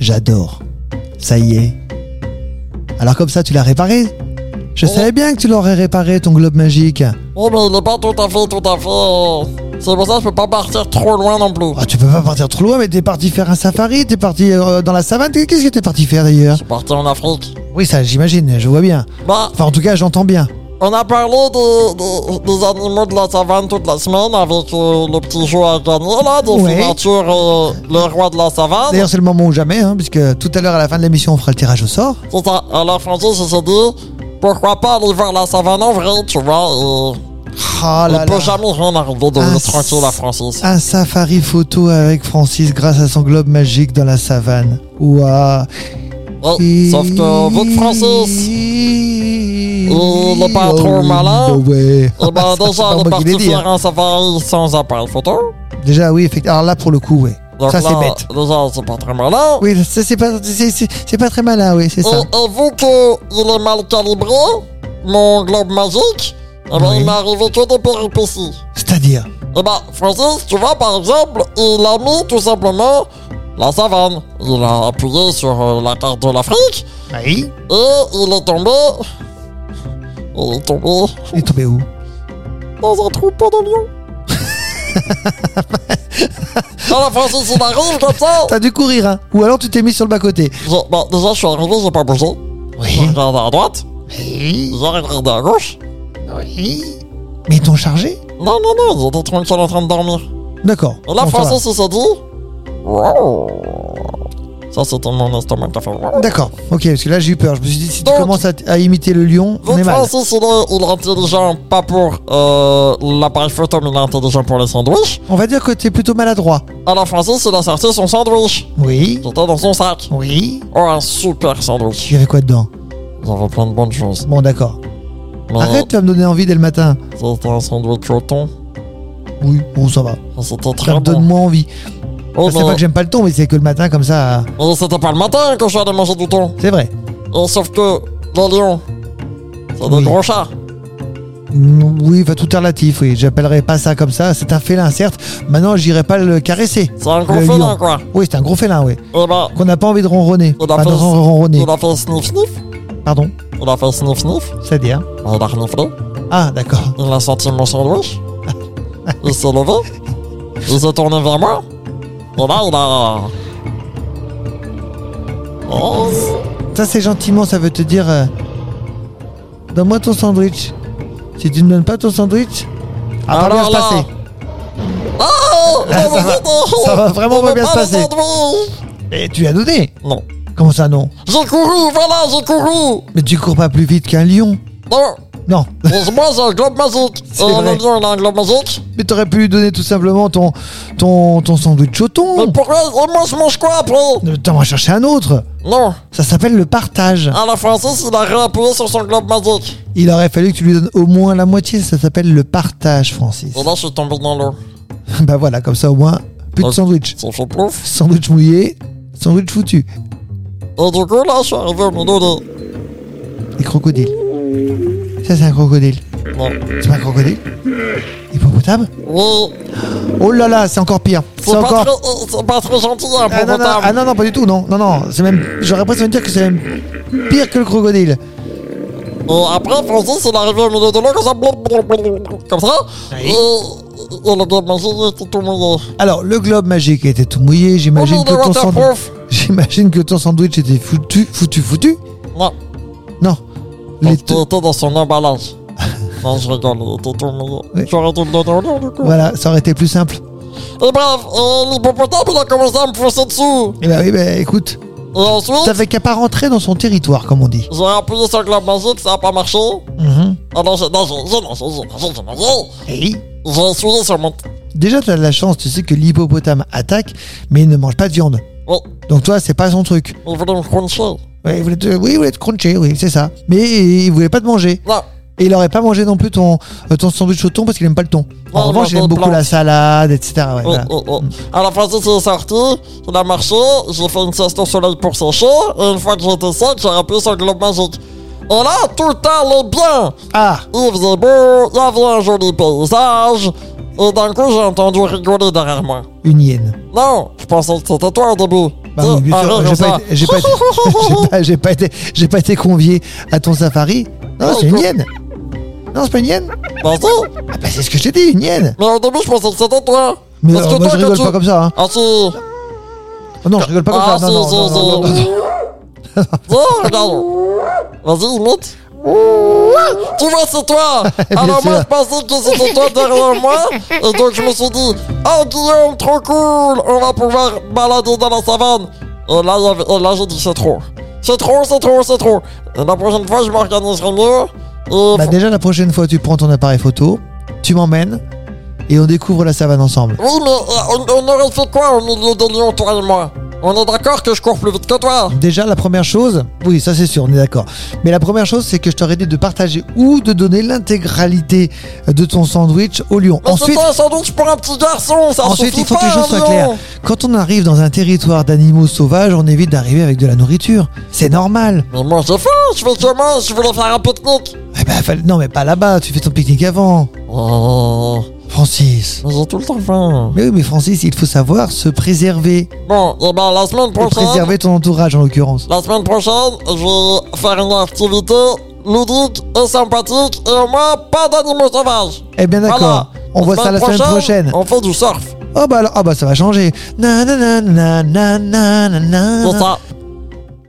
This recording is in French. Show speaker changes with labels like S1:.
S1: J'adore. Ça y est. Alors comme ça, tu l'as réparé Je
S2: Oh.
S1: savais bien que tu l'aurais réparé, ton globe magique.
S2: Oh, mais il est pas tout à fait, tout à fait. euh, C'est pour ça que je peux pas partir trop loin non plus.
S1: Ah, tu peux pas partir trop loin, mais t'es parti faire un safari, t'es parti euh, dans la savane. Qu'est-ce que t'es parti faire d'ailleurs
S2: Je suis parti en Afrique.
S1: Oui, ça, j'imagine, je vois bien.
S2: Bah,
S1: Enfin, en tout cas, j'entends bien.
S2: on a parlé des, des- des animaux de la savane toute la semaine avec euh, le petit jeu à gagner là, des
S1: Ouais.
S2: signatures et le roi de la savane.
S1: D'ailleurs, c'est le moment ou jamais, hein, puisque tout à l'heure, à la fin de l'émission, on fera le tirage au sort.
S2: C'est ça. Alors Francis, il s'est dit, pourquoi pas aller voir la savane en vrai, tu vois. et
S1: Ah
S2: il
S1: là
S2: peut
S1: là.
S2: jamais rien arriver de
S1: Ah,
S2: tranquille à Francis.
S1: Un safari photo avec Francis grâce à son globe magique dans la savane. Ouah.
S2: Ouais, sauf que, vu que Francis,
S1: Il
S2: est pas trop malin.
S1: Oh, ouais.
S2: eh ben,
S1: Ah, Ça, c'est
S2: déjà,
S1: pas
S2: il est
S1: moi qui l'ai
S2: parti
S1: dit,
S2: faire
S1: hein.
S2: un safari sans appareil photo.
S1: Déjà, oui, effectivement. Alors là, pour le coup, ouais.
S2: Donc
S1: ça, c'est
S2: là,
S1: bête.
S2: Déjà, c'est pas très malin.
S1: Oui, ça, c'est pas, c'est- c'est- c'est pas très malin, oui, c'est
S2: Et,
S1: ça.
S2: et vu qu'il est mal calibré, mon globe magique, eh ben,
S1: Oui.
S2: il m'est arrivé que des péripéties.
S1: C'est-à-dire.
S2: Eh ben, Francis, tu vois, par exemple, il a mis tout simplement la savane. Il a appuyé sur euh, la carte de l'Afrique
S1: Oui.
S2: et il est tombé. Il est tombé
S1: Il est tombé où
S2: dans un troupeau de lions. Alors, Francis, il arrive comme ça.
S1: T'as dû courir, hein Ou alors tu t'es mis sur le bas-côté.
S2: Je- bah, déjà, je suis arrivé, j'ai pas bougé. J'ai
S1: Oui.
S2: regardé à droite,
S1: Oui.
S2: j'ai regardé à gauche.
S1: Mais ils t'ont chargé
S2: Non, non, non, ils étaient tranquilles en train de dormir.
S1: D'accord.
S2: Et là,
S1: Bon, ça va.
S2: Francis, il s'est dit. Waouh Ça, c'était mon estomac qui a fait. waouh.
S1: D'accord. Ok, parce que là, j'ai eu peur. Je me suis dit, si tu
S2: Donc-
S1: commences à, à imiter le lion, on
S2: Donc
S1: est mal.
S2: Francis, il est, il est intelligent pas pour euh, l'appareil photo, mais il est intelligent pour les sandwichs.
S1: On va dire que t'es plutôt maladroit.
S2: Alors Francis, il a sorti son sandwich.
S1: Oui.
S2: J'étais dans son sac.
S1: Oui.
S2: Oh, un super sandwich.
S1: Il y avait quoi dedans
S2: Ils avaient plein de bonnes choses.
S1: Bon, d'accord.
S2: Mais
S1: Arrête, tu vas me donner envie dès le matin.
S2: C'était un sandwich au thon.
S1: Oui, bon, ça va.
S2: Et C'était
S1: Ça
S2: très
S1: me donne
S2: bon.
S1: moins envie.
S2: Oh,
S1: Enfin, c'est pas
S2: mais-
S1: que j'aime pas le ton, mais c'est que le matin, comme ça, euh,
S2: mais c'était pas le matin que je suis allé manger du thon.
S1: c'est vrai.
S2: Et sauf que les lions, c'est des
S1: Oui.
S2: gros chats.
S1: Mm, Oui, enfin, tout est relatif, oui. J'appellerais pas ça comme ça. C'est un félin, certes. Maintenant, j'irai pas le caresser.
S2: C'est un gros
S1: Le
S2: félin,
S1: lion.
S2: quoi.
S1: Oui, c'est un gros félin, oui.
S2: Et ben,
S1: Qu'on n'a pas envie de ronronner.
S2: On a
S1: Enfin,
S2: pas-
S1: de ron- ronronner,
S2: il a fait sniff-sniff.
S1: pardon.
S2: Il a fait sniff-sniff.
S1: C'est-à-dire
S2: Il a reniflé.
S1: Ah, d'accord.
S2: Il a senti mon sandwich. Il s'est levé. Il s'est tourné vers moi. Et là, il a. Oh,
S1: Ça, c'est gentiment, ça veut te dire. euh, Donne-moi ton sandwich. Si tu ne donnes pas ton sandwich, ah, pas bien
S2: Alors
S1: se
S2: là-
S1: passer.
S2: oh,
S1: Ah,
S2: oh,
S1: ça
S2: mais
S1: va-
S2: attends,
S1: ça va vraiment
S2: on
S1: pas
S2: veut
S1: bien se
S2: le
S1: passer.
S2: sandwich.
S1: Et tu as donné
S2: Non.
S1: Comment ça, non
S2: J'ai couru, voilà, j'ai couru.
S1: Mais tu cours pas plus vite qu'un lion.
S2: Non.
S1: Non.
S2: Mais moi, j'ai un globe magique.
S1: C'est
S2: Et
S1: vrai.
S2: le lion, il a un globe magique.
S1: Mais t'aurais pu lui donner tout simplement ton, ton, ton sandwich
S2: Mais
S1: choton.
S2: pourquoi Et moi, je mange quoi après
S1: T'en vas chercher un autre.
S2: Non.
S1: Ça s'appelle le partage.
S2: À la Francis, il a réappuyé sur son globe magique.
S1: Il aurait fallu que tu lui donnes au moins la moitié. Ça s'appelle le partage, Francis.
S2: Et là, je suis tombé dans l'eau.
S1: bah voilà, comme ça au moins, plus de
S2: Oh.
S1: sandwich.
S2: Ça fait plouf.
S1: Sandwich mouillé, sandwich foutu.
S2: Et du coup, là, je suis arrivé au milieu de...
S1: Des crocodiles. Ça, c'est un crocodile.
S2: Non.
S1: C'est pas un crocodile Hippopotame
S2: Oui.
S1: Oh là là, c'est encore pire. C'est
S2: C'est pas,
S1: encore.
S2: très, euh, c'est pas très gentil, un
S1: Ah non, non, ah non, non, pas du tout, non. Non, non, c'est même. J'aurais presque envie de dire que c'est même pire que le crocodile.
S2: Et après, Eh, Francis, il est arrivé au milieu de l'eau, comme ça, blou, blou, blou, blou, comme ça.
S1: Oui.
S2: Et, et le gars magique était tout mouillé.
S1: Alors, le globe magique était tout mouillé. J'imagine
S2: Oh,
S1: que,
S2: mais
S1: ton
S2: waterproof.
S1: sandwich... J'imagine que ton sandwich était foutu, foutu, foutu.
S2: Non,
S1: Non. Les
S2: parce
S1: te-
S2: qu'il était dans son emballage. non, je rigole, il était tout mouillé.
S1: Oui.
S2: J'aurais dû le donner au lion, du coup.
S1: Voilà, ça aurait été plus simple.
S2: Et bref, euh, l'hippopotame, il a commencé à me foncer dessus.
S1: Eh ben oui, ben écoute,
S2: Et ensuite,
S1: t'avais qu'à pas rentrer dans son territoire, comme on dit.
S2: j'ai appuyé sur le globe magique, ça a pas marché.
S1: Mhm.
S2: Alors, j'ai nagé, j'ai nagé, j'ai nagé, j'ai nagé.
S1: Et
S2: J'ai essuyé sur mon...
S1: Eh, Déjà, t'as de la chance, tu sais que l'hippopotame attaque, mais il ne mange pas de viande.
S2: Oui,
S1: Donc toi, c'est pas son truc.
S2: il voulait me cruncher.
S1: Ouais, il voulait te- oui, il voulait te cruncher, oui, c'est ça. Mais il voulait pas te manger.
S2: Non.
S1: Et il aurait pas mangé non plus ton, euh, ton sandwich au thon parce qu'il aime pas le thon. En
S2: Ouais,
S1: revanche,
S2: ouais,
S1: il aime
S2: ouais,
S1: beaucoup
S2: Oh, blanc.
S1: la salade, etc. ouais,
S2: Oh,
S1: voilà.
S2: oh, oh. Alors Francis il est sorti, il a marché, j'ai fait une sieste au soleil pour sécher, et une fois que j'étais sec, j'ai appuyé sur le globe magique. Et là, tout allait bien
S1: Ah
S2: Il faisait beau, il y avait un joli paysage, et d'un coup j'ai entendu rigoler derrière moi.
S1: Une hyène.
S2: Non, je pensais que c'était toi au début.
S1: Bah oui, bien
S2: un
S1: sûr,
S2: rire
S1: j'ai
S2: comme
S1: pas
S2: ça.
S1: été- j'ai pas été- j'ai pas- j'ai pas été, j'ai pas été convié à ton safari. Non,
S2: Oh,
S1: c'est une hyène. Non, c'est pas une hyène.
S2: Bah si,
S1: Ah bah c'est ce que je t'ai dit, une hyène.
S2: mais au début je pensais que c'était toi.
S1: Mais
S2: Parce
S1: euh,
S2: que
S1: moi
S2: toi,
S1: je
S2: quand
S1: rigole
S2: tu-
S1: pas comme ça. Hein.
S2: Ah si.
S1: Oh non, je rigole pas comme
S2: Ah
S1: ça.
S2: si,
S1: Non,
S2: si,
S1: non, non, non, non,
S2: si.
S1: non.
S2: Viens, regarde. Vas-y, imite. Tu vois, c'est toi.
S1: Bien
S2: Alors moi,
S1: sûr.
S2: je pensais que c'était toi derrière moi. Et donc, je me suis dit, oh Guillaume, trop cool. On va pouvoir balader dans la savane. Et là, il y avait- et là j'ai dit, c'est trop. C'est trop, c'est trop, c'est trop. Et la prochaine fois, je m'organiserai mieux. Et
S1: Bah déjà la prochaine fois tu prends ton appareil photo, tu m'emmènes et on découvre la savane ensemble.
S2: Oui, mais euh, on, on aurait fait quoi au milieu des lions, toi et moi On est d'accord que je cours plus vite que toi
S1: Déjà la première chose, oui ça c'est sûr, on est d'accord. Mais la première chose c'est que je t'aurais dit de partager ou de donner l'intégralité de ton sandwich au lion.
S2: Mais
S1: Ensuite,
S2: c'est un sandwich pour un petit garçon, ça
S1: Ensuite,
S2: suffit
S1: il faut
S2: pas,
S1: que les choses
S2: un
S1: soient
S2: lion.
S1: claires. Quand on arrive dans un territoire d'animaux sauvages, on évite d'arriver avec de la nourriture. C'est normal.
S2: Mais moi j'ai faim, je vais chez moi, je voulais faire un pique-nique.
S1: Eh ben, fallait- Non, mais pas là-bas, tu fais ton pique-nique avant.
S2: Oh,
S1: Francis.
S2: mais j'ai tout le temps faim.
S1: Mais oui, mais Francis, il faut savoir se préserver.
S2: Bon, et ben la semaine
S1: Et
S2: prochaine,
S1: préserver ton entourage, en l'occurrence.
S2: la semaine prochaine, je vais faire une activité ludique et sympathique et au moins pas d'animaux sauvages.
S1: Eh bien,
S2: Voilà.
S1: d'accord. On voit ça la semaine prochaine.
S2: On fait du surf.
S1: Oh, bah alors, ah bah ça va changer. Na, na, na, na, na, na, na, na.
S2: C'est ça.